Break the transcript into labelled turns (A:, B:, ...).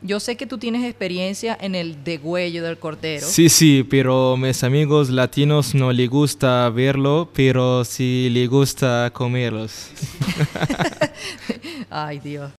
A: Yo sé que tú tienes experiencia en el degüello del cordero.
B: Sí, sí, pero mis amigos latinos no les gusta verlo, pero sí les gusta comerlos.
A: Ay, Dios.